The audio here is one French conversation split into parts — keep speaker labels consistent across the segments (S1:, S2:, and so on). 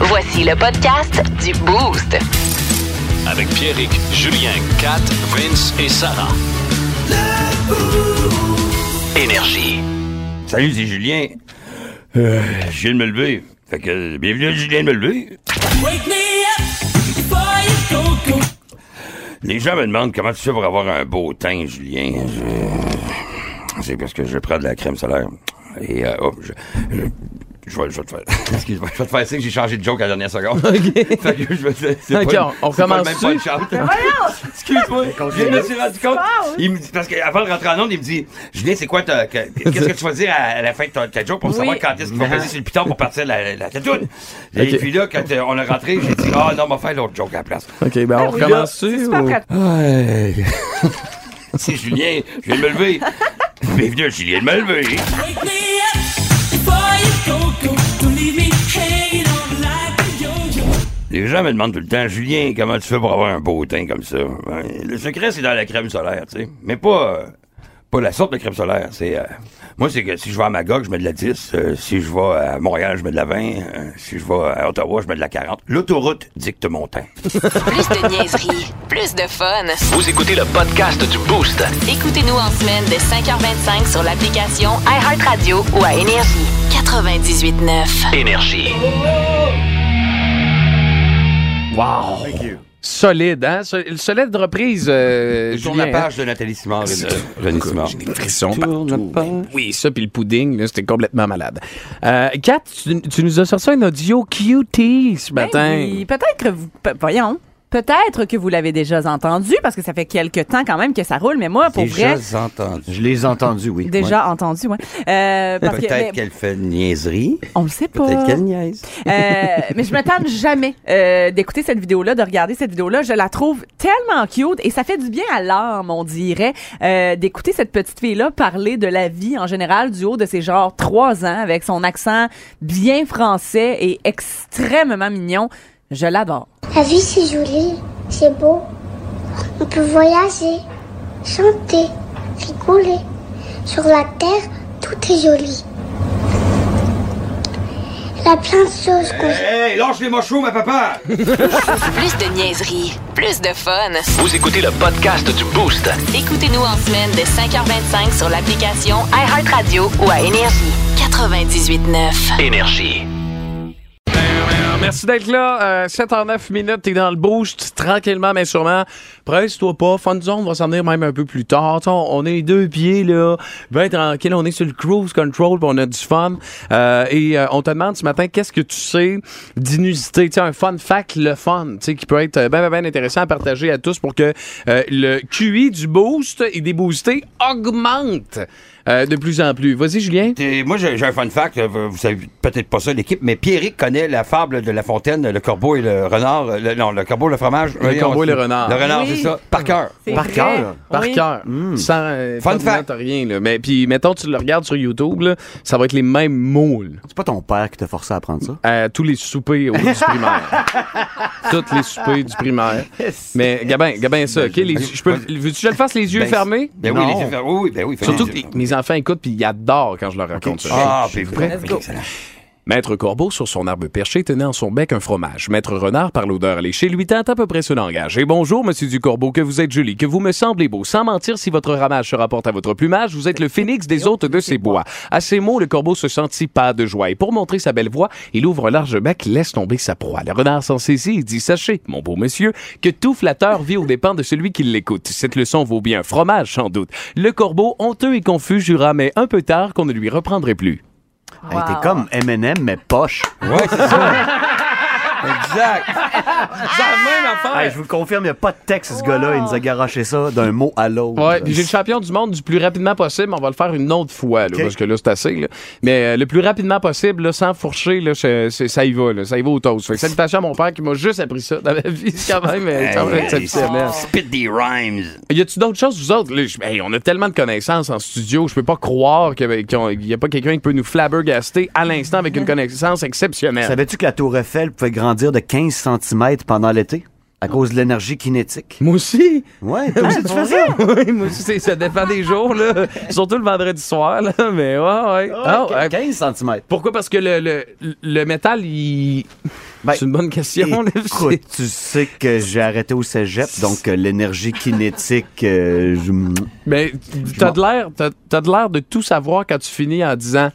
S1: Voici le podcast du Boost.
S2: Avec Pierrick, Julien, Kat, Vince et Sarah. Énergie.
S3: Salut, c'est Julien. Euh, je viens de me lever. Fait que, euh, bienvenue à Julien de me lever. Les gens me demandent comment tu fais pour avoir un beau teint, Julien. Je- C'est parce que je prends de la crème solaire. Et, euh, oh, je, je, je vais, je vais te faire. Excuse-moi, je vais te faire signe que j'ai changé de joke à la dernière seconde.
S4: OK.
S3: Fait que je vais- c'est- c'est
S4: Ok,
S3: pas une-
S4: on- on
S3: c'est pas le
S4: recommence
S3: même punch-out. Excuse-moi. Je me suis rendu compte. Il me dit, parce qu'avant de rentrer en onde, il me dit Julien, c'est quoi ta- que- Qu'est-ce que tu vas dire à la fin de ta, ta joke pour
S4: Oui. Ben.
S3: savoir quand est-ce qu'il va passer sur le piton pour partir la, la, la toune? Et
S4: Ok.
S3: puis là, quand euh, on est rentré, j'ai dit Ah non, on va faire l'autre joke à la place.
S4: OK, ben
S5: Ah
S4: on recommence-tu? ou-
S3: Aïe. c'est Julien, je viens de me lever. Bienvenue, Julien de me lever. Les gens me demandent tout le temps, Julien, comment tu fais pour avoir un beau teint comme ça? Ben, Le secret, c'est dans la crème solaire, tu sais. Mais pas, euh, pas la sorte de crème solaire. C'est, euh, moi, c'est que si je vais à Magog, je mets de la 10. euh, si je vais à Montréal, je mets de la 20. euh, si je vais à Ottawa, je mets de la 40. L'autoroute dicte mon teint.
S1: Plus de niaiserie, plus de fun.
S2: Vous écoutez le podcast du Boost.
S1: Écoutez-nous en semaine de 5h25 sur l'application iHeartRadio ou à Énergie. 98.9.
S2: Énergie.
S4: Solide, hein? Sol- Solide reprise, euh,
S3: Je tourne
S4: Julien,
S3: la page de Nathalie Simard et de René Simard.
S4: hein? Des frissons partout. Oui, ça, puis le pudding, là, c'était complètement malade. Euh, Kat, tu, tu nous as sorti un audio cutie ce
S5: Ben
S4: matin.
S5: oui, peut-être que vous. pe- voyons. Peut-être que vous l'avez déjà entendu parce que ça fait quelques temps quand même que ça roule, mais moi, pour
S3: Déjà
S5: vrai,
S3: entendu.
S6: Je les ai entendus, oui.
S5: déjà entendu, ouais. Euh, parce que, mais
S3: Peut-être qu'elle fait une niaiserie.
S5: on le sait pas.
S3: Peut-être qu'elle niaise.
S5: Euh, mais je me tente jamais euh, d'écouter cette vidéo-là, de regarder cette vidéo-là. Je la trouve tellement cute et ça fait du bien à l'âme, on dirait, euh, d'écouter cette petite fille-là parler de la vie en général du haut de ses genre trois ans avec son accent bien français et extrêmement mignon. Je l'adore.
S7: La vie, c'est joli, c'est beau. On peut voyager, chanter, rigoler. Sur la terre, tout est joli. Il y a plein de choses qu'on
S3: Hey, lâche les mochons, ma papa!
S1: Plus de niaiserie, plus de fun.
S2: Vous écoutez le podcast du Boost.
S1: Écoutez-nous en semaine de 5h25 sur l'application iHeartRadio ou à Énergie. 98.9.
S2: Énergie.
S4: Merci d'être là. Euh, 7 en 9 minutes, t'es dans le boost, tranquillement mais sûrement. Presse-toi pas, fun zone, on va s'en venir même un peu plus tard. Tu sais, On, on est deux pieds, là, bien tranquille, on est sur le cruise control, puis on a du fun. Euh, et euh, on te demande ce matin, qu'est-ce que tu sais d'inusité? Tu sais, un fun fact, le fun, tu sais, qui peut être euh, bien, bien, ben intéressant à partager à tous pour que euh, le QI du boost et des boostés augmente euh, de plus en plus. Vas-y, Julien.
S3: Et moi, j'ai j'ai un fun fact. euh, Vous savez peut-être pas ça, l'équipe, mais Pierrick connaît la fable de La Fontaine, le corbeau et le renard. euh, le- non, le corbeau, le fromage.
S4: Le
S3: voyons,
S4: corbeau et
S3: c'est-
S4: le renard.
S3: Le renard,
S5: Oui.
S3: c'est ça. Par cœur.
S6: Par cœur?
S4: Par cœur. Sans, euh,
S3: Fun
S4: pas de
S3: fact.
S4: notes, rien, là. Mais puis, mettons, tu le regardes sur YouTube, là, ça va être les mêmes moules
S6: C'est pas ton père qui t'a forcé à apprendre ça?
S4: à tous les soupers au du primaire. Tous les soupers du primaire. Mais, Gabin, Gabin, ça, OK? les- je peux, veux-tu que je le fasse les yeux
S3: Ben,
S4: fermés?
S3: Ben oui,
S6: Non.
S3: les yeux fermés. Oui, oui, ben oui.
S4: Surtout que
S3: les yeux
S4: les- mes enfants écoutent puis ils adorent quand je leur raconte ça.
S3: Ah, puis vous
S5: Let's go.
S3: excellent.
S4: Maître Corbeau, sur son arbre perché, tenait en son bec un fromage. Maître Renard, par l'odeur allait chez lui, tente à peu près ce langage. Et bonjour, monsieur du Corbeau, que vous êtes joli, que vous me semblez beau. Sans mentir, si votre ramage se rapporte à votre plumage, vous êtes le phénix des hôtes de ces bois. À ces mots, le Corbeau se sentit pas de joie. Et pour montrer sa belle voix, il ouvre un large bec, laisse tomber sa proie. Le renard s'en saisit et dit, sachez, mon beau monsieur, que tout flatteur vit aux dépens de celui qui l'écoute. Cette leçon vaut bien un fromage, sans doute. Le Corbeau, honteux et confus, jura, mais un peu tard, qu'on ne lui reprendrait plus.
S6: Hey, T'es comme M&M, mais poche.
S3: Ouais, c'est ça. exact. C'est la même affaire.
S6: Hey, je vous le confirme, il n'y a pas de texte, ce gars-là. Il nous a garoché ça d'un mot à l'autre.
S4: Ouais, puis j'ai le champion du monde du plus rapidement possible. On va le faire une autre fois, là, parce que là, c'est assez. là. Mais euh, le plus rapidement possible, là, sans fourcher, là, c'est- c'est- ça y va. Là, ça y va au toast. Fait que salutations à mon père qui m'a juste appris ça dans ma vie. C'est quand même euh, quand même
S3: Hey,
S4: exceptionnel.
S3: Spit des rhymes.
S4: Y a-tu d'autres choses, vous autres? Là, je- hey, on a tellement de connaissances en studio. Je peux pas croire qu'il n'y a pas quelqu'un qui peut nous flabbergaster à l'instant avec une connaissance exceptionnelle.
S6: Savais-tu que la Tour Eiffel pouvait grandir de 15 cm pendant l'été? à cause de l'énergie kinétique.
S4: Moi aussi.
S6: Ouais, toi aussi, tu fais ça?
S4: Oui, moi aussi, c'est- ça dépend des jours, là. Surtout le vendredi soir, là. Mais ouais, ouais. Ah,
S6: Ouais,
S4: ouais.
S6: 15 cm.
S4: Pourquoi? Parce que le, le, le métal, il.
S6: Ben,
S4: c'est une bonne question, là.
S6: Écoute, tu sais que j'ai arrêté au cégep, donc euh, l'énergie kinétique, euh, je-
S4: Mais t'as de l'air, t'as, t'as de l'air de tout savoir quand tu finis en disant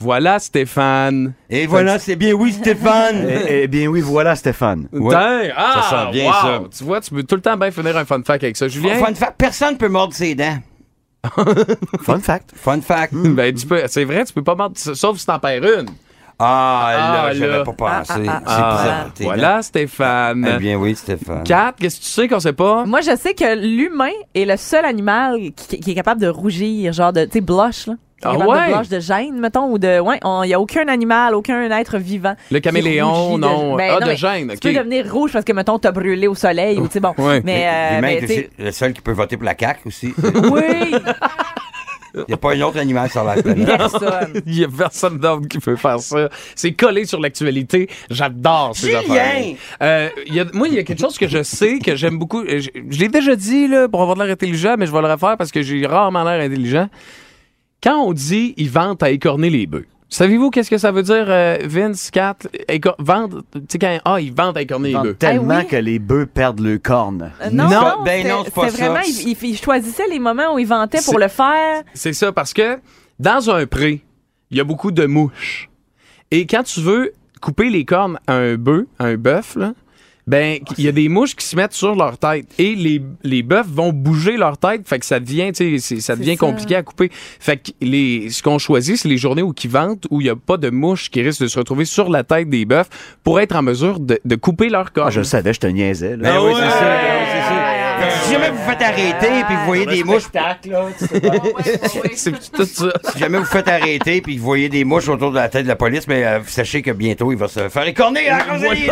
S4: Voilà Stéphane.
S3: Et voilà, c'est bien oui, Stéphane.
S6: Eh, eh bien oui, voilà Stéphane.
S3: Ouais.
S4: Dang! Ah,
S3: sent bien,
S4: wow!
S3: ça.
S4: Tu vois, tu peux tout le temps bien finir un fun fact avec ça, Julien.
S3: Fun fact, personne peut mordre ses dents.
S6: Fun fact. Hmm.
S3: Fun fact.
S4: Ben, tu peux, c'est vrai, tu peux pas mordre, sauf si t'en perds une.
S3: Ah,
S4: Ah,
S3: là, j'avais
S4: là.
S3: pas pensé. C'est
S4: Ah,
S3: bizarre. tes dents.
S4: voilà Stéphane.
S3: Eh bien oui, Stéphane.
S4: Kat, qu'est-ce que tu sais qu'on sait pas?
S5: Moi, je sais que l'humain est le seul animal qui, qui est capable de rougir, genre de, tu sais, blush, là. Qui est
S4: Ah
S5: capable
S4: ouais?
S5: De blush de gêne, mettons, ou de. Ouais, il n'y a aucun animal, aucun être vivant.
S4: Le
S5: qui
S4: caméléon,
S5: rougit de-
S4: non.
S5: Ben,
S4: ah,
S5: non,
S4: de
S5: mais
S4: gêne,
S5: Tu
S4: ok.
S5: peux devenir rouge parce que, mettons, t'as brûlé au soleil, ou tu sais, bon.
S4: Ouais.
S5: Mais, euh,
S3: L'humain
S5: mais,
S3: est
S5: tu sais-
S3: aussi le seul qui peut voter pour la CAQ aussi.
S5: Oui,
S3: Il n'y a pas un autre animal sur la planète.
S5: personne.
S4: Il y a personne d'autre qui peut faire ça. C'est collé sur l'actualité. J'adore ces
S3: Julien!
S4: affaires. Euh, il y a- moi, il y a quelque chose que je sais que j'aime beaucoup. Euh, Je, je l'ai déjà dit là, pour avoir de l'air intelligent, mais je vais le refaire parce que j'ai rarement l'air intelligent. Quand on dit ils vendent à écorner les bœufs. Savez-vous qu'est-ce que ça veut dire, euh, Vince, Kat? éco- vendre, tu sais, quand, ah, ils vendent à écorner
S6: Ils
S4: les
S6: vendent
S4: bœufs.
S6: tellement
S5: Eh oui.
S6: que les bœufs perdent le corne.
S5: Euh, Non,
S3: Non,
S5: non,
S3: ben non, c'est pas ça.
S5: vraiment, il, il- il choisissait les moments où il vantait
S4: C'est-
S5: pour le faire.
S4: C'est ça, parce que dans un pré, il y a beaucoup de mouches. Et quand tu veux couper les cornes à un bœuf, à un bœuf, là, ben,
S3: Ah,
S4: il y a des mouches qui se mettent sur leur tête et les, les bœufs vont bouger leur tête, fait que ça devient, tu sais, c'est- ça devient
S5: ça.
S4: compliqué à couper. Fait que les, ce qu'on choisit, c'est les journées où qui ventent, où il n'y a pas de mouches qui risquent de se retrouver sur la tête des bœufs pour être en mesure de, de couper leur cornes.
S6: Ah, je le savais, je te niaisais. là.
S3: Ben oui, c'est ça. ben oui, c'est ça. Fait que Si jamais vous faites arrêter puis vous voyez des mouches,
S4: c'est tout ça.
S3: si jamais vous faites arrêter puis que vous voyez des mouches autour de la tête de la police, mais euh, sachez que bientôt il va se faire écorner. hein, comme ça, il-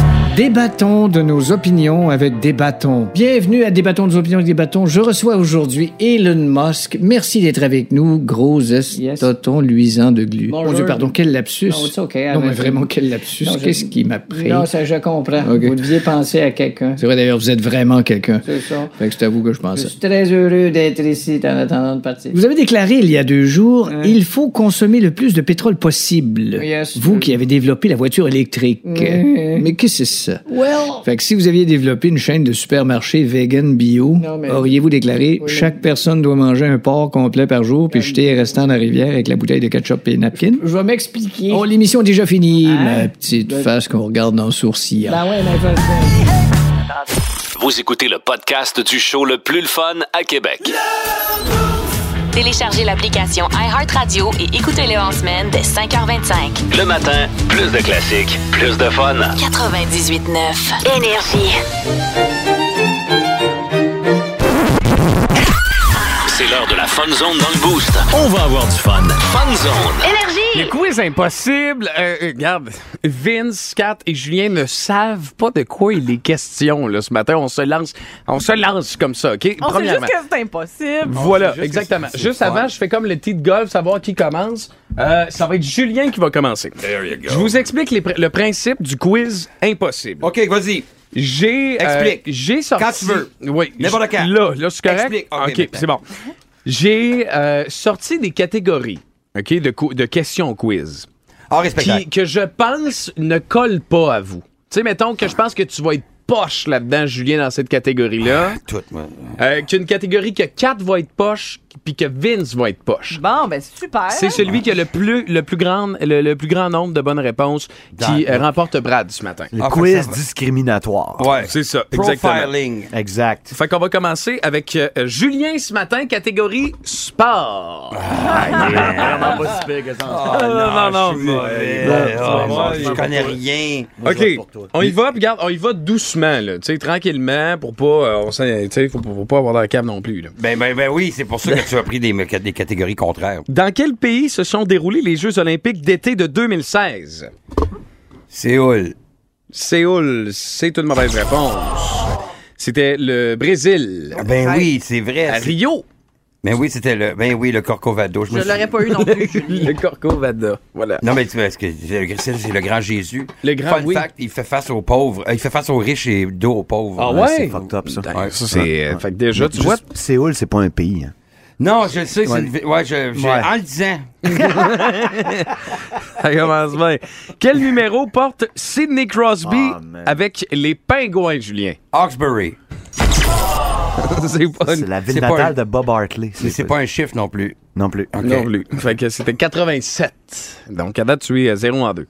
S8: Débattons de nos opinions avec des bâtons. Bienvenue à Débattons des opinions avec des bâtons. Je reçois aujourd'hui Elon Musk. Merci d'être avec nous, gros estoton luisant de glu. Mon Dieu, pardon, quel lapsus. Non, mais vraiment, quel lapsus. Qu'est-ce qui m'a pris? Non, ça, je comprends. Vous deviez penser à quelqu'un. C'est vrai, d'ailleurs, vous êtes vraiment quelqu'un. C'est ça. Fait que c'est à vous que je pensais. Je suis très heureux d'être ici en attendant de partir. Vous avez déclaré il y a deux jours, il faut consommer
S9: Mm.
S8: le plus de pétrole possible. Vous qui avez développé la voiture électrique. Mais qu'est-ce que c'est 10. Fait que si vous aviez développé une chaîne de supermarchés vegan bio,
S9: Non, mais-
S8: auriez-vous déclaré chaque personne doit manger un porc complet par jour puis jeter les restants dans la rivière avec la bouteille de ketchup et napkin?
S9: Ben Je vais m'expliquer.
S8: Oh, l'émission est déjà finie,
S9: Hein?
S8: ma petite face qu'on regarde dans le sourcillard.
S9: Ben ouais, mais fais ça.
S2: Vous écoutez le podcast du show le plus le fun à Québec.
S1: Téléchargez l'application iHeartRadio et écoutez-le en semaine dès 5h25.
S2: Le matin, plus de classiques, plus de fun.
S1: 98.9 Énergie.
S2: C'est l'heure de la Fun Zone dans le Boost. On va avoir du fun. Fun Zone.
S4: Le quiz impossible. Euh, euh, regarde, Vince, Kat et Julien ne savent pas de quoi il est question là, ce matin. On se lance, on se lance comme ça, ok
S5: On sait juste que c'est impossible.
S4: Voilà, exactement. Juste avant, je fais comme le tee de golf, savoir qui commence. Euh, ça va être Julien qui va commencer.
S3: There you go.
S4: Je vous explique les pr- le principe du quiz impossible.
S3: OK, vas-y.
S4: J'ai euh,
S3: Explique.
S4: j'ai sorti
S3: Quand tu veux.
S4: Oui,
S3: N'importe
S4: j-
S3: quand.
S4: Là, là c'est correct.
S3: Explique. OK,
S4: OK,
S3: maintenant.
S4: c'est bon. J'ai euh, sorti des catégories. OK, de, cou- de questions quiz
S3: Hors respect.
S4: qui, que je pense ne colle pas à vous. Tu sais, mettons que je pense que tu vas être poche là-dedans, Julien, dans cette catégorie-là.
S3: Tout, Ah, moi.
S4: Euh, Qu'une catégorie que Kat va être poche, puis que Vince va être poche.
S5: Bon, ben super.
S3: Ah.
S4: C'est celui qui a le plus, le plus, grand, le, le plus grand nombre de bonnes réponses qui euh, remporte Brad ce matin.
S6: Le
S3: Ah, fait que
S6: quiz
S3: ça va.
S6: discriminatoire.
S3: Ouais.
S4: C'est ça, exactement.
S3: Profiling.
S6: Exact.
S4: Fait qu'on va commencer avec euh, Julien ce matin, catégorie sport.
S6: Vraiment pas si pire que ça.
S3: Ah,
S4: non, non,
S3: je suis
S4: non.
S3: mauvais.
S6: Ouais,
S3: Ah,
S6: ouais,
S3: moi,
S6: ouais,
S3: je
S6: ouais.
S3: connais rien.
S6: Moi, je vote pour toi.
S4: on y va, puis regarde, on y va doucement, là, tu sais, tranquillement, pour pas, euh, on s'en- tu sais, faut, faut pas avoir la cave non plus, là.
S3: Ben, ben, ben oui, c'est pour ça que tu as pris des, des catégories contraires.
S4: Dans quel pays se sont déroulés les Jeux olympiques d'été de 2016?
S3: Séoul.
S4: Séoul, c'est une mauvaise réponse. C'était le Brésil.
S3: Ben oui, c'est vrai. c'est-
S4: Rio,
S3: Ben oui, c'était le. Ben oui, le Corcovado. me
S10: Je
S3: suis-
S10: l'aurais pas eu non plus.
S4: le Corcovado, voilà.
S3: Non, mais tu parce que le Christ, c'est le grand Jésus.
S4: Le grand,
S3: Fun
S4: oui.
S3: fact, il fait face aux pauvres. Euh, Il fait face aux riches et dos aux pauvres. Euh,
S6: C'est fucked up, ça.
S4: Ouais, ça, c'est... euh, Fait que déjà, tu
S6: Juste,
S4: vois...
S6: Séoul, c'est pas un pays. hein.
S3: Non, je le sais, c'est une... vi- ouais, je, je-
S6: Ouais.
S3: en le disant.
S4: Ça commence bien. Quel numéro porte Sidney Crosby
S6: Ah, man.
S4: avec les pingouins, Julien?
S3: Hawkesbury.
S4: c'est pas
S6: C'est
S4: une...
S6: la ville
S3: c'est pas
S6: natale
S3: un-
S6: de Bob Hartley.
S3: Mais c'est pas un chiffre non plus.
S6: Non plus.
S4: Non plus. Fait que c'était 87. Donc, à date, tu es à 0 en 2.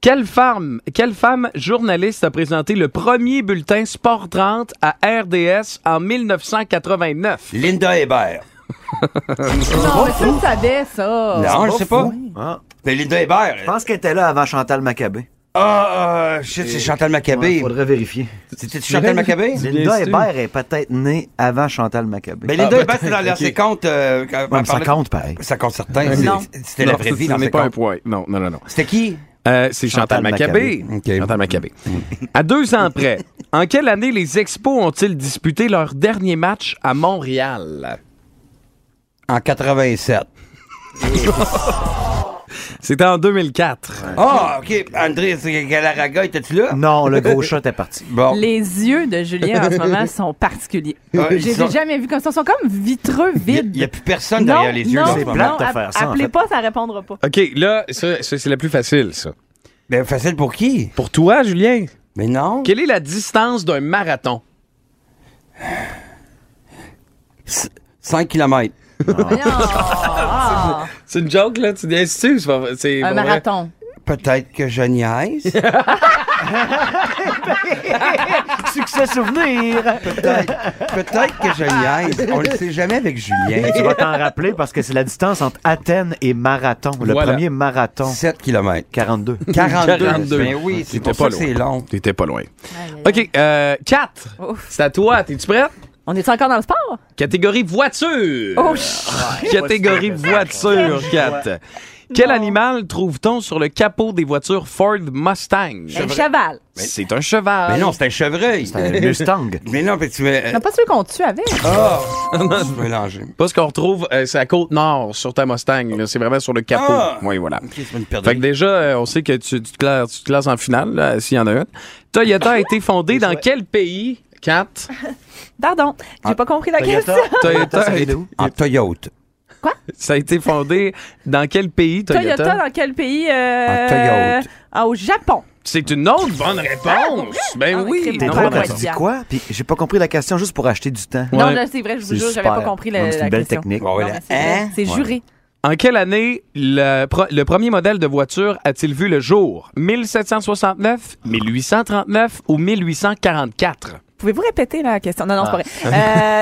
S4: Quelle femme, quelle femme journaliste a présenté le premier bulletin Sport 30 à RDS en 1989?
S3: Linda Hébert.
S5: Non, mais ça, je savais ça.
S3: non, je sais pas.
S6: Ah,
S3: Mais Linda
S6: je
S3: Hébert.
S6: pense qu'elle était là avant Chantal Maccabé.
S3: Ah, euh, shit, c'est Chantal
S6: Il
S3: Maccabé.
S6: faudrait vérifier.
S3: C'était Chantal Maccabé?
S6: Linda
S4: sûr.
S6: Hébert est peut-être née avant Chantal Maccabé.
S3: Mais
S6: Ah,
S3: Linda Hébert, c'est dans les 50. euh, quand-
S6: ouais, mais ça
S3: parlait-
S6: compte pareil.
S3: Ça compte certain.
S5: Non.
S3: C'est- C'était la vraie
S4: ça,
S3: vie
S4: ce
S3: dans
S4: n'est
S3: les
S4: pas un
S3: 50.
S4: point. Non, non, non, non.
S3: C'était qui?
S4: Euh, c'est Chantal,
S6: Chantal
S4: Maccabé.
S3: Maccabé. Ok.
S4: Chantal Maccabé. À deux ans près, en quelle année les Expos ont-ils disputé leur dernier match à Montréal?
S3: En 87.
S4: C'était en 2004.
S3: Ah, OK. André Galaraga, étais-tu là?
S6: Non, le gros chat est parti.
S3: Bon.
S5: Les yeux de Julien en ce moment sont particuliers.
S3: Ouais, ils
S5: J'ai
S3: sont-
S5: jamais vu comme ça. Ils sont comme vitreux
S3: Il
S5: vides.
S3: n'y a, plus personne derrière les yeux.
S5: non,
S3: dans ce
S6: c'est
S3: moment.
S6: plate
S5: non,
S6: de
S5: app-
S6: faire ça, en
S5: Appelez
S6: fait.
S5: pas, ça répondra pas.
S4: OK, là, ça, ça, c'est la plus facile, ça.
S3: Ben, facile pour qui?
S4: Pour toi, Julien,
S3: Mais non.
S4: quelle est la distance d'un marathon?
S3: 5 km.
S5: Ah,
S4: C'est une joke, là? Tu dis, c'est pas vrai- c'est pas
S5: un
S4: vrai.
S5: marathon.
S3: Peut-être que je niaise.
S6: Succès souvenir!
S3: Peut-être peut-être que je niaise. On le sait jamais avec Julien.
S6: Et tu vas t'en rappeler parce que c'est la distance entre Athènes et Marathon. Le
S4: Voilà.
S6: premier marathon,
S3: 7 km.
S6: 42.
S3: 42.
S4: 42.
S3: Ben oui, c'est
S4: T'étais
S3: pour ça
S4: pas
S3: que c'est
S4: loin.
S3: long.
S4: T'étais pas loin. OK, euh, 4.
S5: Ouf.
S4: C'est à toi. T'es-tu prête?
S5: On est encore dans le
S3: Euh,
S5: sport?
S4: Catégorie voiture.
S5: Oh, ch-
S4: Catégorie voiture, 4. Quel animal trouve-t-on sur le capot des voitures Ford Mustang?
S5: un cheval.
S4: C'est un cheval.
S3: Mais non, c'est un chevreuil.
S6: Le Euh, Mustang.
S3: Mais non, mais tu veux. euh,
S5: Non, pas celui qu'on tue avec.
S3: Ah! Je suis mélangé.
S4: Pas ce qu'on retrouve, euh, c'est à Côte-Nord, sur ta Mustang. là. C'est vraiment sur le capot.
S3: Ah!
S4: Oui, voilà.
S3: Ok, c'est une
S4: Fait que
S3: perdrix.
S4: déjà, euh, on sait que tu, tu te, classes, tu te classes en finale, là, s'il y en a une. Toyota a été fondée dans quel pays? 4.
S5: Pardon, j'ai pas compris la question.
S4: Toyota, a été-
S6: Ah,
S3: En Toyota.
S4: ça a été fondé dans quel pays, Toyota?
S5: Toyota, dans quel pays?
S3: En
S5: euh,
S3: Toyota.
S5: Ah, au Japon.
S4: C'est une autre bonne réponse. Ben
S5: Ah, on
S4: oui.
S5: écrit
S4: non,
S5: pas
S6: Pourquoi
S5: la
S4: ben,
S6: t'as
S5: boîte.
S6: dit quoi? Puis j'ai pas compris la question juste pour acheter du temps.
S4: Ouais.
S5: Non, là, c'est vrai, je vous
S6: C'est
S5: jure, j'avais pas
S6: super.
S5: compris la,
S6: Non, C'est
S5: la
S6: une belle
S5: question.
S6: technique.
S3: Bon, Ah ouais,
S5: Non,
S3: là.
S5: mais c'est vrai, C'est
S6: Ouais.
S5: juré.
S4: En quelle année le, pro- le premier modèle de voiture a-t-il vu le jour? 1769, 1839 ou 1844?
S5: Pouvez-vous répéter la question? Non, non, c'est pas vrai.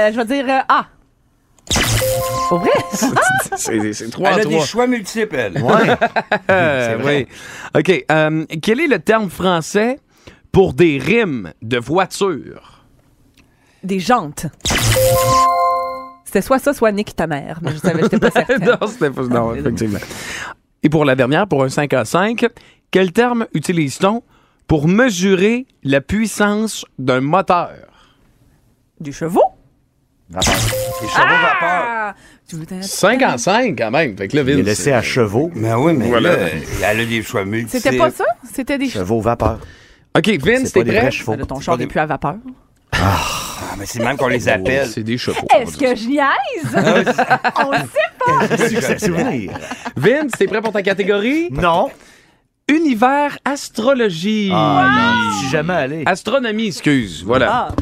S5: Euh, je vais dire euh, A. Pour vrai?
S4: C'est c'est trois
S3: Elle
S4: à
S3: a des
S4: trois.
S3: choix multiples. elle.
S6: Ouais.
S4: Euh, oui. OK. euh, quel est le terme français pour des rimes de voiture?
S5: Des jantes. C'était soit ça, soit Nick ta mère. Mais je savais, j'étais pas certaine.
S4: non, c'était pas... Non, effectivement. Et pour la dernière, pour un 5 à 5, quel terme utilise-t-on pour mesurer la puissance d'un moteur?
S5: Des chevaux?
S3: Les chevaux vapeur.
S5: Ah! Tu veux t'en-
S4: 5 à 5 quand même. Fait que là,
S6: Il est
S4: Vince,
S6: laissé à chevaux,
S3: Mais Ben oui, mais
S4: Voilà.
S3: là, elle a des choix multiples.
S5: C'était pas ça? C'était des chevaux. Ah,
S6: chevaux vapeur.
S4: OK, Vince,
S6: C'est pas
S4: t'es
S6: des vrais
S4: prêt?
S6: chevaux.
S5: Ton char
S3: des-
S5: n'est plus à vapeur.
S3: Ah, mais c'est même qu'on les appelle.
S4: Oh, C'est des chevaux.
S5: Est-ce que je niaise? On le sait.
S6: Succès souvenir.
S4: Vince, t'es prêt pour ta catégorie?
S6: Non.
S4: Univers astrologie.
S6: Ah, non, je suis jamais allé.
S4: Astronomie, excuse. Voilà.
S5: Ah,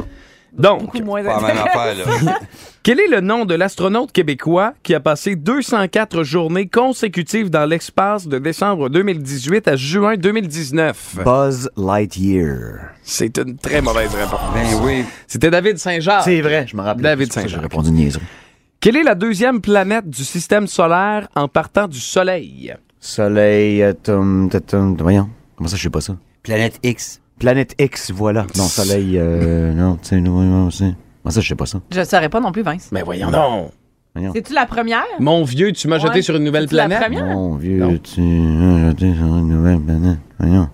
S4: Donc,
S5: beaucoup moins
S3: Pas la même
S5: intéressant.
S3: affaire, là.
S4: quel est le nom de l'astronaute québécois qui a passé 204 journées consécutives dans l'espace de décembre 2018 à juin 2019?
S6: Buzz Lightyear.
S4: C'est une très mauvaise réponse.
S3: Ben oui.
S4: C'était David Saint-Jacques.
S6: C'est vrai, je me rappelle.
S4: Ah. David
S6: J'ai
S4: Saint-Jacques.
S6: répondu niaiserie.
S4: Quelle est la deuxième planète du système solaire en partant du Soleil?
S6: Soleil, euh, tum, tum, tum, voyons. Comment ça, je sais pas ça?
S3: Planète X.
S6: Planète X, voilà. Non, Soleil, euh, non, tu sais, non, non, c'est- Comment ça, je sais pas ça?
S5: Je ne saurais pas non plus, Vince.
S4: Mais voyons non.
S5: C'est-tu la première?
S4: Mon vieux, tu m'as
S5: Ouais.
S4: jeté sur une nouvelle
S5: C'est-tu la
S4: planète?
S5: première?
S6: Mon vieux,
S4: Non.
S6: tu as jeté sur une nouvelle planète. Voyons.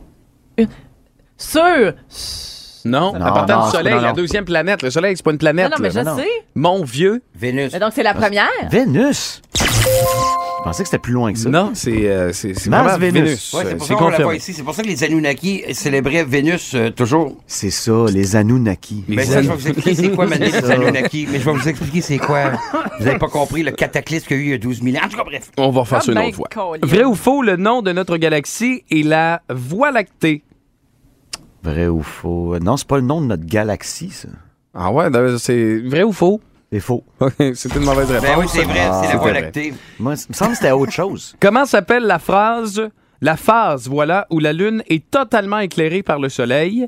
S5: Sûr!
S4: Non,
S6: Non,
S4: en partant
S6: non,
S4: du
S6: c'est pas-
S4: Soleil,
S6: non,
S4: la
S6: non.
S4: deuxième planète. Le Soleil, c'est pas une
S5: Non,
S4: planète.
S5: non, mais
S4: là.
S5: je
S6: non, non.
S5: sais.
S4: Mon vieux.
S3: Vénus.
S5: Mais donc, c'est la première?
S6: Vénus! Je pensais que c'était plus loin que ça.
S4: Non, c'est euh, c'est c'est
S6: Mars,
S4: vraiment
S6: Vénus.
S3: Ouais, c'est
S4: Euh,
S3: pour
S4: c'est
S3: ça qu'on la voit
S4: confirmé.
S3: ici. C'est pour ça que les Anunnaki célébraient Vénus euh, toujours.
S6: C'est ça, les Anunnaki.
S4: Les
S3: Mais ça, je vais vous expliquer c'est quoi, maintenant, les Anunnaki. Mais je vais vous expliquer c'est quoi. Vous n'avez pas compris le cataclysme qu'il y a eu il y a 12 000 ans. En tout cas, bref.
S4: On va refaire
S5: Ah
S4: ça une
S5: ben,
S4: autre fois.
S5: collier.
S4: Vrai ou faux, le nom de notre galaxie est la Voie lactée.
S6: Vrai ou faux? Non, c'est pas le nom de notre galaxie, ça.
S4: Ah ouais, d'ailleurs, c'est vrai ou faux?
S6: C'est faux.
S4: c'est une mauvaise réponse. Ah,
S3: Ben oui, c'est vrai, c'est la
S4: c'était
S3: voie
S4: vrai.
S3: lactée.
S6: Ah, Moi, il me semble que c'était autre chose.
S4: Comment s'appelle la phrase, la phase, voilà, où la Lune est totalement éclairée par le Soleil,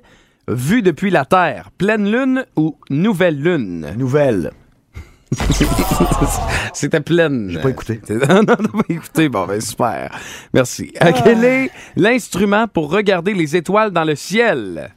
S4: vue depuis la Terre? Pleine Lune ou Nouvelle Lune?
S6: Nouvelle.
S4: C'était pleine.
S6: J'ai pas écouté.
S4: C'est- Non, non, t'as pas écouté. Bon, ben super. Merci. Euh, Quel est l'instrument pour regarder les étoiles dans le ciel?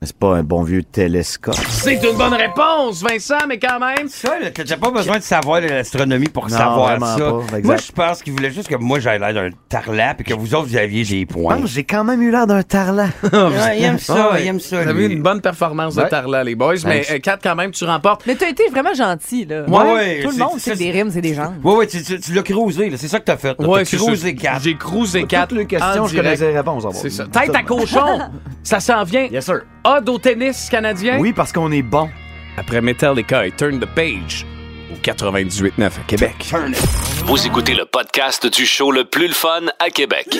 S6: Mais c'est pas un bon vieux télescope.
S4: C'est une bonne réponse, Vincent, mais quand même...
S3: Ça, là, t'as t'as pas besoin de savoir de l'astronomie pour
S6: Non,
S3: savoir
S6: vraiment
S3: ça.
S6: pas, exact.
S3: moi, je pense qu'ils voulaient juste que moi, j'aille l'air d'un tarlat et que vous autres, vous aviez des points.
S6: Non, j'ai quand même eu l'air d'un tarlat.
S3: Ah, il aime ça,
S4: Ouais.
S3: il aime ça.
S4: Vous avez eu
S3: lui.
S4: une bonne performance de
S6: Ouais.
S4: Tarla, les boys, mais
S6: Thanks.
S4: 4 quand même, tu remportes.
S5: Mais t'as été vraiment gentil, là.
S3: Ouais, ouais,
S5: Tout le
S3: c'est-
S5: monde
S3: c'est-
S5: sait que des rimes, c'est des gens.
S3: Ouais, ouais, tu, tu- tu l'as creusé, là, c'est ça que t'as fait. là. t'as
S4: c'est ça.
S3: creusé quatre.
S4: J'ai cruisé 4.
S6: Toutes les questions, je connaissais les réponses. en bas.
S4: C'est ça. Tête à cochon, ça s'en vient.
S6: Yes, sir.
S4: Odd au tennis canadien.
S6: Oui, parce qu'on est bon.
S4: Après Metallica et Turn the Page au 98.9 à Québec.
S2: Vous écoutez le podcast du show le plus le fun à Québec.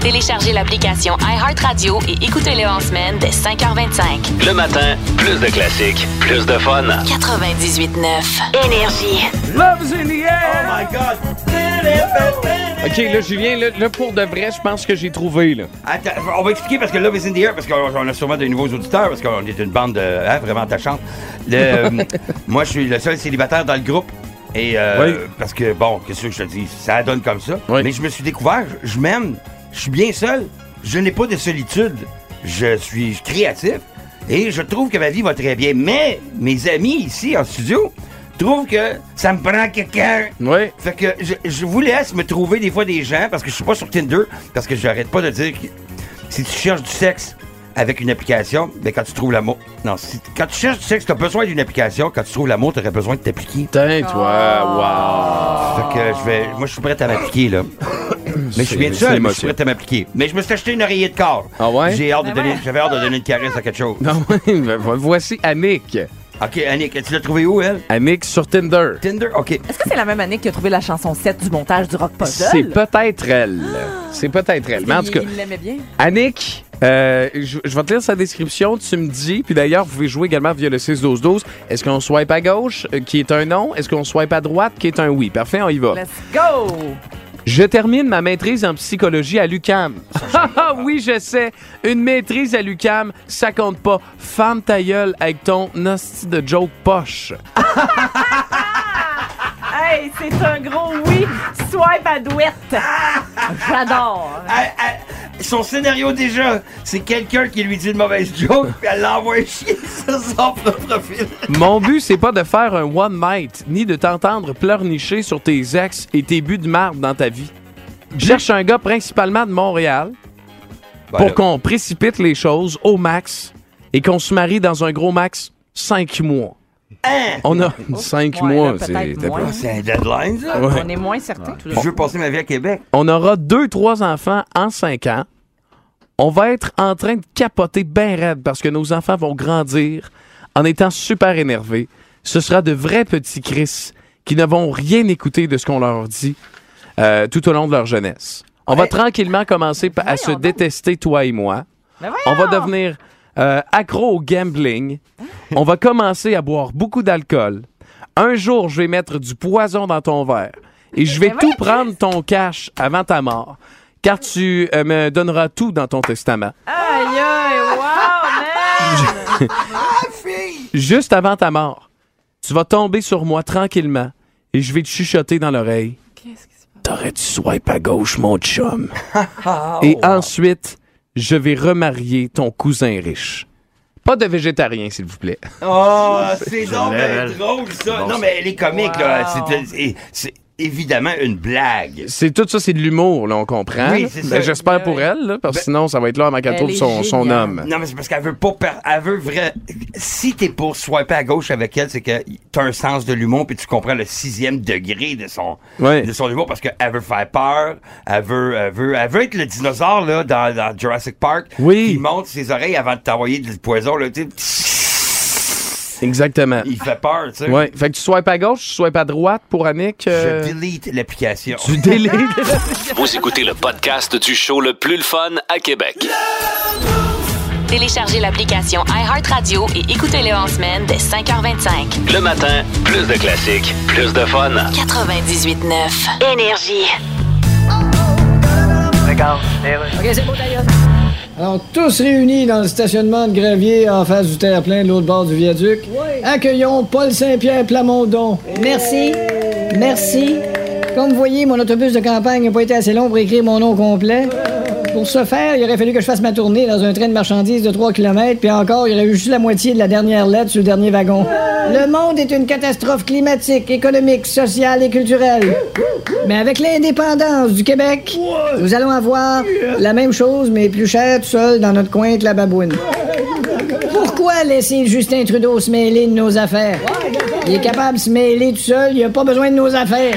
S1: Téléchargez l'application iHeartRadio et écoutez-le en semaine dès 5h25.
S2: Le matin, plus de classiques, plus de fun.
S1: 98.9. Énergie.
S4: Love's in the air! Oh my God! OK, là, Julien, là, là, pour de vrai, je pense que j'ai trouvé, là.
S3: Attends, on va expliquer parce que là, in the Air, parce qu'on on a sûrement de nouveaux auditeurs, parce qu'on est une bande de, hein, vraiment attachante. Le, euh, moi, je suis le seul célibataire dans le groupe. Et euh,
S4: Oui.
S3: parce que, bon, qu'est-ce que je te dis? Ça donne comme ça.
S4: Oui.
S3: Mais je me suis découvert, je, je m'aime, je suis bien seul, je n'ai pas de solitude, je suis créatif et je trouve que ma vie va très bien. Mais mes amis ici en studio trouvent que ça me prend quelqu'un.
S4: Oui.
S3: Fait que je, je vous laisse me trouver des fois des gens parce que je suis pas sur Tinder, parce que j'arrête pas de dire que si tu cherches du sexe avec une application, ben quand tu trouves l'amour. Non, si, quand tu cherches du sexe, t'as besoin d'une application. Quand tu trouves l'amour, t'aurais besoin de t'appliquer.
S4: Putain, toi,
S3: Fait que je vais. Moi je suis prêt à m'appliquer là. Mais je suis bien
S4: C'est-
S3: seul,
S4: c'est
S3: mais je
S4: émotif.
S3: suis prêt à m'appliquer. Mais je me suis acheté une oreiller de corps.
S4: Ah ouais?
S3: J'ai hâte de donner. J'avais hâte de donner une caresse à quelque chose.
S4: wow. Non, voici Annick.
S3: OK, Annick, tu l'as trouvé où, elle?
S4: Annick sur Tinder.
S3: Tinder? OK.
S5: Est-ce que c'est la même année qu'il a trouvé la chanson 7 du montage du Rock Puzzle?
S4: C'est peut-être elle. C'est peut-être elle. Mais en tout cas,
S5: Il l'aimait bien.
S4: Annick, euh, je, je vais te lire sa description. Tu me dis, puis d'ailleurs, vous pouvez jouer également via le 6-12-12. Est-ce qu'on swipe à gauche, euh, qui est un non? Est-ce qu'on swipe à droite, qui est un oui? Parfait, on y va.
S5: Let's go!
S4: Je termine ma maîtrise en psychologie à l'UCAM. Ah oui, je sais. Une maîtrise à l'UCAM, ça compte pas. Femme ta gueule avec ton nasty de joke poche.
S5: Hey, c'est un gros oui! Swipe à douette! J'adore!
S3: Elle- elle- Ah, son scénario déjà, c'est quelqu'un qui lui dit une mauvaise joke, puis elle l'envoie chier sur son profil.
S4: Mon but, c'est pas de faire un one night, ni de t'entendre pleurnicher sur tes ex et tes buts de marde dans ta vie. Je cherche un gars principalement de Montréal
S3: Ben
S4: pour qu'on précipite les choses au max et qu'on se marie dans un gros max 5 mois. On a 5
S5: Ouais,
S4: mois,
S5: Hein? là,
S4: c'est
S5: peut-être
S4: t'as-
S5: moins.
S3: C'est un deadline, ça?
S4: Ouais.
S5: On est moins certain.
S3: Je veux passer ma vie à Québec.
S4: On aura 2-3 enfants en 5 ans. On va être en train de capoter ben raide parce que nos enfants vont grandir en étant super énervés. Ce sera de vrais petits Chris qui ne vont rien écouter de ce qu'on leur dit euh, tout au long de leur jeunesse. On va tranquillement commencer pa- à se
S5: Ben Voyons donc.
S4: détester, toi et moi.
S5: Mais
S4: On va
S5: voyons! Hein?
S4: devenir euh, accro au gambling. On va commencer à boire beaucoup d'alcool. Un jour, je vais mettre du poison dans ton verre et je vais
S5: ben
S4: tout prendre ton cash avant ta mort, car tu euh, me donneras tout dans ton testament.
S5: Aïe, aïe, wow, man!
S4: Juste avant ta mort, tu vas tomber sur moi tranquillement et je vais te chuchoter dans l'oreille. T'aurais-tu swipe à gauche, mon chum?
S3: Ah,
S4: et
S3: oh.
S4: ensuite, je vais remarier ton cousin riche. Pas de végétarien, s'il vous plaît.
S3: Oh, c'est donc bien
S6: Génial.
S3: drôle, ça. non, mais elle est comique, là. C'est- C'est c'est évidemment une blague.
S4: C'est tout ça, c'est de l'humour, là, on comprend.
S3: Oui,
S4: là.
S3: c'est
S4: Ben,
S3: ça. Ben
S4: J'espère pour elle, là, parce que sinon, ça va être là avant qu'elle
S5: Ben, Elle
S4: trouve
S5: est
S4: son, son
S5: géniale.
S4: homme.
S3: Non, mais c'est parce qu'elle veut pas. per- Elle veut vrai. Si t'es pour swiper à gauche avec elle, c'est que t'as un sens de l'humour puis tu comprends le sixième degré de son,
S4: Ouais.
S3: de son humour parce qu'elle veut faire peur. Elle veut, elle veut, elle veut être le dinosaure, là, dans, dans Jurassic Park.
S4: Oui.
S3: Qui monte ses oreilles avant de t'envoyer du poison, là, tu sais.
S4: Exactement.
S3: Il fait peur, tu sais.
S4: Ouais. Fait que tu swipes à gauche, tu swipes à droite pour Annick. euh,
S3: Je delete l'application.
S4: tu délites.
S2: Vous écoutez le podcast du show le plus le fun à Québec.
S1: Téléchargez l'application iHeartRadio et écoutez-le en semaine dès 5h25.
S2: Le matin, plus de classiques, plus de fun.
S1: 98.9. Énergie.
S8: Alors, tous réunis dans le stationnement de Gravier en face du terre-plein de l'autre bord du viaduc, accueillons Paul Saint-Pierre Plamondon.
S9: Merci. Merci.
S8: Comme vous voyez, mon autobus de campagne n'a pas été assez long pour écrire mon nom complet. Pour ce faire, il aurait fallu que je fasse ma tournée dans un train de marchandises de 3 km, puis encore, il y aurait eu juste la moitié de la dernière lettre sur le dernier wagon. Le monde est une catastrophe climatique, économique, sociale et culturelle. Mais avec l'indépendance du Québec, nous allons avoir la même chose, mais plus cher tout seul dans notre coin que la babouine. Pourquoi laisser Justin Trudeau se mêler de nos affaires? Il est capable de se mêler tout seul, il a pas besoin de nos affaires.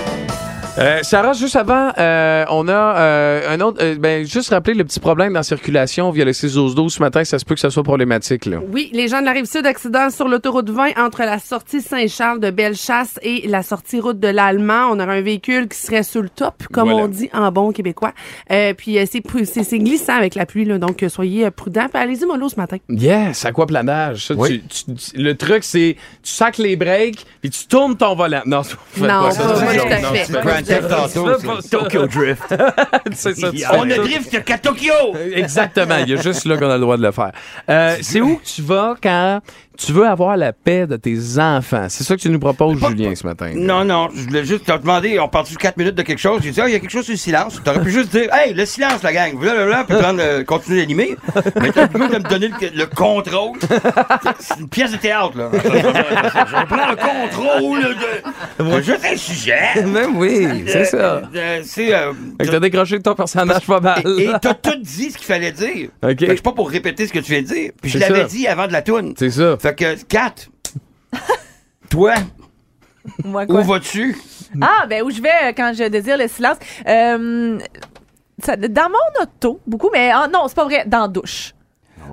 S4: Euh, Sarah, juste avant, euh, on a euh, un autre. euh, ben, juste rappeler le petit problème dans la circulation via le 6 12 12 ce matin, ça se peut que ça soit problématique. Là.
S10: Oui, les gens de la Rive-Sud, accident sur l'autoroute 20 entre la sortie Saint-Charles de Bellechasse et la sortie route de l'Allemand. On aura un véhicule qui serait sur le top, comme
S4: Voilà.
S10: on dit en bon québécois. Euh, puis euh, c'est prou- c'est c'est glissant avec la pluie, là, donc euh, soyez euh, prudents. Puis Allez-y mollo ce matin.
S4: Yes, aquaplanage. Ça,
S6: Oui.
S4: tu- tu- tu- le truc, c'est tu sacs les breaks puis tu tournes ton volant. Non, tu fais
S10: Non,
S4: pas
S10: pas
S4: ça. tu fais
S10: moi,
S4: pas
S10: tout
S4: ça.
S10: à
S4: Non,
S10: fait.
S4: tu fais
S6: Grand Theft Auto,
S4: pas
S6: c'est
S4: ça.
S6: Tokyo Drift.
S4: C'est ça, tu
S3: On
S4: fais
S3: ne
S4: ça.
S3: drift qu'à Tokyo!
S4: Euh, Exactement. Il y a juste là qu'on a le droit de le faire. Euh, c'est où que tu vas quand Tu veux avoir la paix de tes enfants. C'est ça que tu nous proposes, Julien, ce matin.
S3: Non, non, je voulais juste te demander, on parle de 4 minutes de quelque chose. J'ai dit, ah, il y a quelque chose sur le silence. T'aurais pu juste dire, hey, le silence, la gang, blablabla, puis prendre, euh, continuer d'animer. Mais t'as plus de me donner le, le contrôle. C'est une pièce de théâtre, là. Je prends le contrôle de. de juste un sujet.
S4: Même oui, c'est ça.
S3: Euh, c'est. euh,
S4: Fait que t'as décroché de ton personnage pas mal.
S3: et et t'as tout dit ce qu'il fallait dire.
S4: OK.
S3: Fait que je suis pas pour répéter ce que tu viens de dire. Puis je
S4: C'est
S3: l'avais
S4: ça.
S3: dit avant de la toune.
S4: C'est ça.
S3: Fait que, Kat, toi,
S5: Moi, quoi?
S3: où vas-tu?
S5: Ah, ben où je vais euh, quand je désire le silence? Euh, ça- dans mon auto, beaucoup, mais ah, non, c'est pas vrai, dans la douche.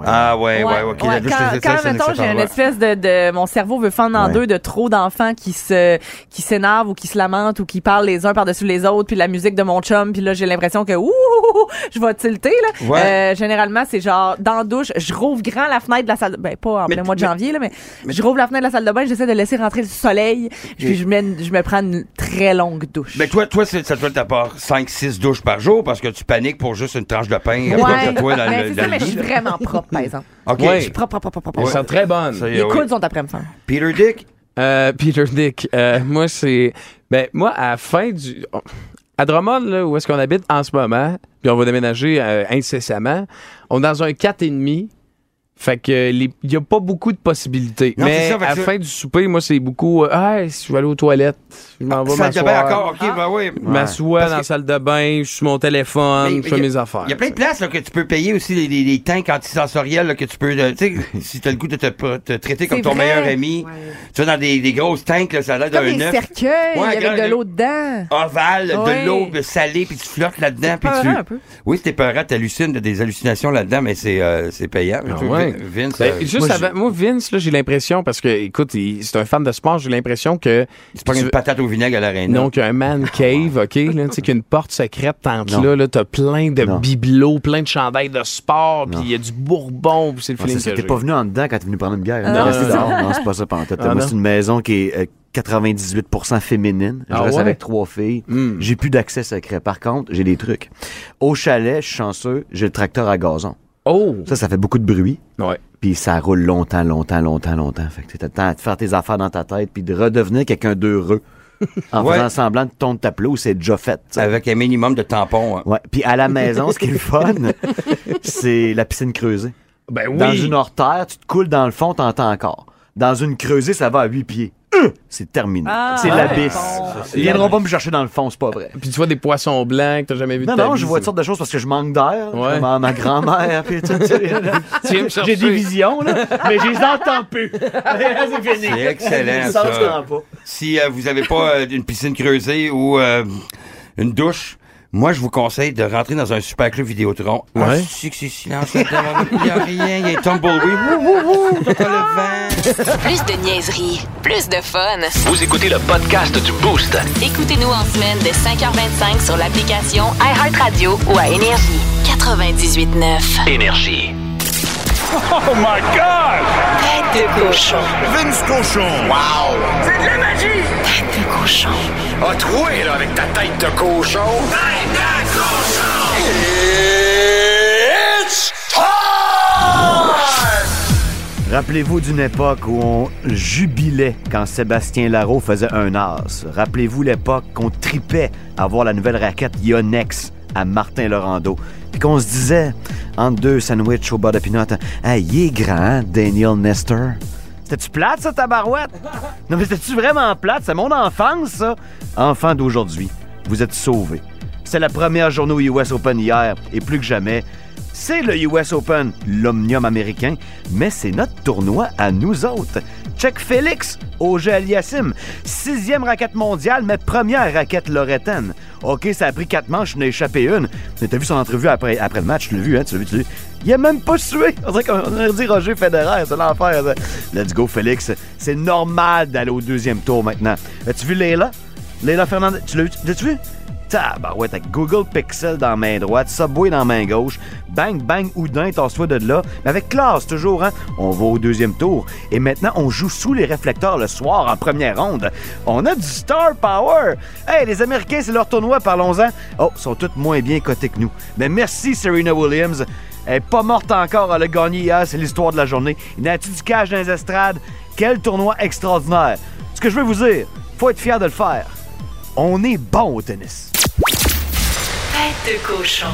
S3: Ah, ouais, ouais, ok. la douche,
S5: quand,
S3: c'est- c'est-
S5: quand,
S3: c'est-
S5: mettons,
S3: c'est-
S5: j'ai une
S3: ouais.
S5: espèce de, de- Mon cerveau veut fendre en
S6: Ouais.
S5: deux de trop d'enfants qui se qui s'énervent ou qui se lamentent ou qui parlent les uns par-dessus les autres, puis la musique de mon chum, puis là, j'ai l'impression que... Ouh, je vais tilter, là.
S3: Ouais.
S5: Euh, généralement, c'est genre, dans la douche, je rouvre grand la fenêtre de la salle... de- Ben, pas en
S3: Mais
S5: plein
S3: t-
S5: mois de
S3: mais-
S5: janvier, là, mais, je rouvre la fenêtre de la salle de bain, j'essaie de laisser rentrer le soleil, puis je, mets, une- je me prends une très longue douche.
S3: Mais Ben, toi, toi, c'est- ça te fait ta part 5-6 douches par jour parce que tu paniques pour juste une tranche de pain. à
S5: Ouais.
S3: côté de toi dans
S5: mais
S3: le-
S5: c'est
S3: dans
S5: ça,
S3: le
S5: mais je
S3: lit,
S5: suis
S3: là.
S5: vraiment propre, par exemple.
S3: OK.
S4: Ouais.
S5: Je suis propre, propre, propre, propre.
S4: Elles
S5: propre.
S4: sont très bonnes.
S3: Ça y
S6: Eh
S3: est,
S5: Les
S3: eh oui.
S5: coudes sont après me faire.
S3: Peter Dick,
S4: Euh, Peter Dick, euh, moi, c'est. Ben, moi, à la fin du. on- À Drummond, là, où est-ce qu'on habite en ce moment, puis on va déménager euh, incessamment, on est dans un 4,5. Fait que les- il n'y a pas beaucoup de possibilités.
S3: Non, c'est
S4: Mais
S3: ça, fait que
S4: à la
S3: ça-
S4: fin du souper, moi, c'est beaucoup. euh, ah, si je vais aller aux toilettes, je m'en vais
S3: ça te bain
S4: m'asseoir. Ah.
S3: encore. OK, ben oui.
S4: Je m'assois dans la salle de bain, je suis sur mon téléphone,
S3: Mais-
S4: je fais
S3: mais
S4: mes affaires.
S3: Il y a plein de places là, que tu peux payer aussi les, les, les tanks antisensoriels là, que tu peux. euh, Tu sais, si t'as le goût de te, te traiter comme
S5: C'est
S3: ton
S5: vrai.
S3: meilleur ami. Tu vas dans des, des grosses tanks, là, ça a l'air
S5: Comme
S3: d'un
S5: des
S3: œuf
S5: cercueils
S3: Ouais,
S5: avec
S3: regarde,
S5: de l'eau dedans.
S3: ovale,
S5: Ouais.
S3: de l'eau salée, puis tu flottes là-dedans. puis tu...
S5: peurant un peu.
S3: Oui, c'était peurant, t'hallucines, t'as des hallucinations là-dedans, mais c'est euh, c'est payant.
S4: Ah
S3: Tu vois,
S4: ouais.
S3: Vince,
S4: Ben,
S3: euh,
S4: juste
S3: moi,
S4: avant, moi, Vince, là, j'ai l'impression, parce que, écoute, il- c'est un fan de sport, j'ai l'impression que.
S3: je- tu prends une patate au vinaigre à l'arène.
S4: Non, qu'il y a un man cave, OK? Là, tu sais, qu'il y a une porte secrète entre
S6: Ah, Non.
S4: là, là t'as plein de
S6: Non.
S4: bibelots, plein de chandails de sport, puis il y a du bourbon, puis c'est le
S6: Ouais,
S4: feeling
S6: Ah, c'est ça,
S4: que
S6: T'es
S4: j'ai.
S6: pas venu en dedans quand hein? t'es venu prendre une bière.
S4: Non,
S6: Non,
S4: non,
S6: non, non c'est pas ça pantoute.
S4: Ah,
S6: Moi,
S4: non.
S6: c'est une maison qui est euh, 98% féminine. Je
S4: Ah
S6: reste
S4: ouais?
S6: avec trois filles.
S4: Hmm.
S6: J'ai plus d'accès secret. Par contre, j'ai des trucs. Au chalet, je suis chanceux, j'ai le tracteur à gazon.
S4: Oh!
S6: Ça, ça fait beaucoup de bruit.
S4: Ouais.
S6: Puis ça roule longtemps, longtemps, longtemps, longtemps. Fait que t'as le temps de faire tes affaires dans ta tête puis de redevenir quelqu'un d'heureux en
S3: Ouais.
S6: faisant semblant de ton tableau, c'est déjà fait. tu sais.
S3: Avec un minimum de tampons. hein.
S6: Ouais. Puis à la maison, ce qui est le fun, c'est la piscine creusée.
S4: Ben
S6: Dans une hors-terre, tu te coules dans le fond, t'entends encore. Dans une creusée, ça va à 8 pieds. Hum! C'est terminé.
S5: Ah,
S6: c'est
S5: ouais.
S6: l'abysse.
S5: Bon.
S6: Ils viendront pas me chercher dans le fond, c'est pas vrai.
S4: Puis tu vois des poissons blancs que t'as jamais vu
S6: Non,
S4: de ta
S6: non,
S4: vie,
S6: je
S4: ça.
S6: vois toutes sortes de choses parce que je manque d'air.
S4: Ouais.
S6: Comme Ma, ma grand-mère, puis tout, tu sais, là.
S4: Tu viens me chercher.
S6: J'ai des visions, là, mais je les entends plus. c'est fini.
S3: C'est excellent,
S6: Je les
S3: ça.
S6: entends pas.
S3: Si euh, vous n'avez pas euh, une piscine creusée ou euh, une douche, moi, je vous conseille de rentrer dans un super club Vidéotron. Ah,
S4: Ouais.
S3: c'est que c'est silence. là-dedans. Il n'y a rien. Il y a un tumbleweed. Wouh, wouh, wouh. T'entends le vent.
S1: Plus de niaiserie, plus de fun.
S2: Vous écoutez le podcast du Boost.
S1: Écoutez-nous en semaine de 5h25 sur l'application iHeartRadio ou à Énergie. 98.9.
S2: Énergie.
S1: Tête de cochon.
S11: Vince Cochon. Wow! C'est de la magie!
S1: Tête de cochon.
S11: A troué, Ah, là, avec ta tête de cochon. Tête de cochon! It's time!
S6: Rappelez-vous d'une époque où on jubilait quand Sébastien Larreau faisait un as. Rappelez-vous l'époque qu'on tripait à voir la nouvelle raquette Yonex à Martin Laurando. Puis qu'on se disait, entre deux sandwichs au beurre de pinot, « Hey, il est grand, hein, Daniel Nestor. » C'était-tu plate, ça, ta barouette? Non, mais c'était-tu vraiment plate? C'est mon enfance, ça. Enfant d'aujourd'hui, vous êtes sauvés. C'est la première journée au US Open hier, et plus que jamais, c'est le US Open, l'omnium américain, mais c'est notre tournoi à nous autres. Check Félix, Auger Aliassim, sixième raquette mondiale, mais première raquette lorettaine. OK, ça a pris quatre manches, je n'ai échappé une. Mais t'as vu son entrevue après, après le match, tu l'as vu, hein, tu l'as vu, tu l'as vu. Il a même pas sué. On dirait qu'on aurait dit Roger Federer, c'est l'enfer. ça. Let's go, Félix. C'est normal d'aller au deuxième tour maintenant. As-tu vu Leila? Leila Fernandez, tu l'as vu? L'as-tu vu? Tabarouette, avec Google Pixel dans la main droite, Subway dans la main gauche, bang, bang, Houdin, tasse-toi de là. Mais avec classe, toujours, hein? On va au deuxième tour. Et maintenant, on joue sous les réflecteurs le soir en première ronde. On a du star power! Hey, les Américains, c'est leur tournoi, parlons-en. Oh, sont toutes moins bien cotées que nous. Mais merci, Serena Williams. Elle est pas morte encore, elle a gagné hier, c'est l'histoire de la journée. Une attitude du cage dans les estrades. Quel tournoi extraordinaire. Ce que je veux vous dire, faut être fier de le faire. On est bon au tennis.
S1: Tête de cochon.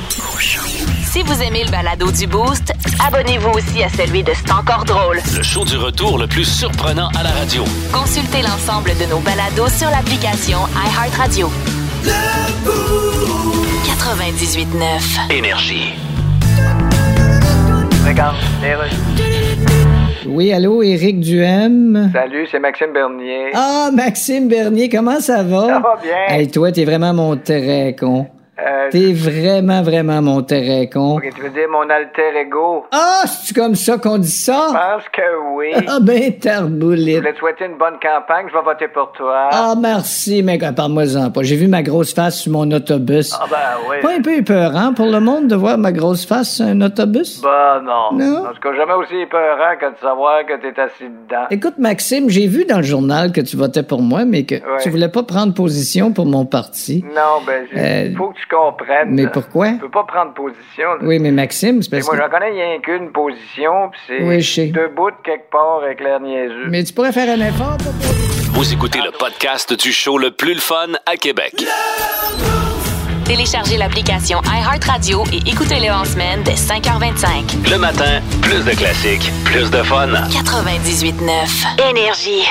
S1: Si vous aimez le balado du Boost, abonnez-vous aussi à celui de C'est encore drôle.
S2: Le show du retour le plus surprenant à la radio.
S1: Consultez l'ensemble de nos balados sur l'application iHeartRadio. 98.9.
S2: Énergie.
S8: Oui, allô, Éric Duhem.
S12: Salut, c'est Maxime Bernier.
S8: Ah, Maxime Bernier, comment ça va?
S12: Ça va bien.
S8: Hey, toi, t'es vraiment mon très con.
S12: Euh,
S8: T'es vraiment, vraiment mon très con.
S12: ok, tu veux dire mon alter ego?
S8: Ah, c'est comme ça qu'on dit
S12: Je
S8: ça?
S12: pense que oui.
S8: Ah, ben,
S12: Je
S8: tarboulette.
S12: voulais te souhaiter une bonne campagne, je vais voter pour toi.
S8: Ah, merci, mais parle-moi-en pas. J'ai vu ma grosse face sur mon autobus.
S12: Ah ben oui.
S8: Pas un peu épeurant pour le monde de voir ma grosse face sur un autobus?
S12: Bah non.
S8: Non.
S12: En tout cas, jamais aussi épeurant que de savoir que t'es assis dedans.
S8: Écoute, Maxime, j'ai vu dans le journal que tu votais pour moi, mais que
S12: Ouais.
S8: tu voulais pas prendre position pour mon parti.
S12: Non, ben, j'ai-
S8: Euh,
S12: faut que tu comprennes.
S8: mais pourquoi?
S12: Tu peux pas prendre position. là.
S8: Oui, mais Maxime, c'est
S12: Et
S8: parce
S12: moi,
S8: que...
S12: j'en connais rien qu'une position, puis c'est
S8: Oui, je sais.
S12: debout de quelque part avec l'air niaiseux.
S8: Mais tu pourrais faire un effort pour...
S2: Vous écoutez le podcast du show le plus le fun à Québec.
S1: Téléchargez l'application iHeartRadio et écoutez-le en semaine dès 5h25.
S2: Le matin, plus de classiques, plus de fun.
S1: 98.9. Énergie.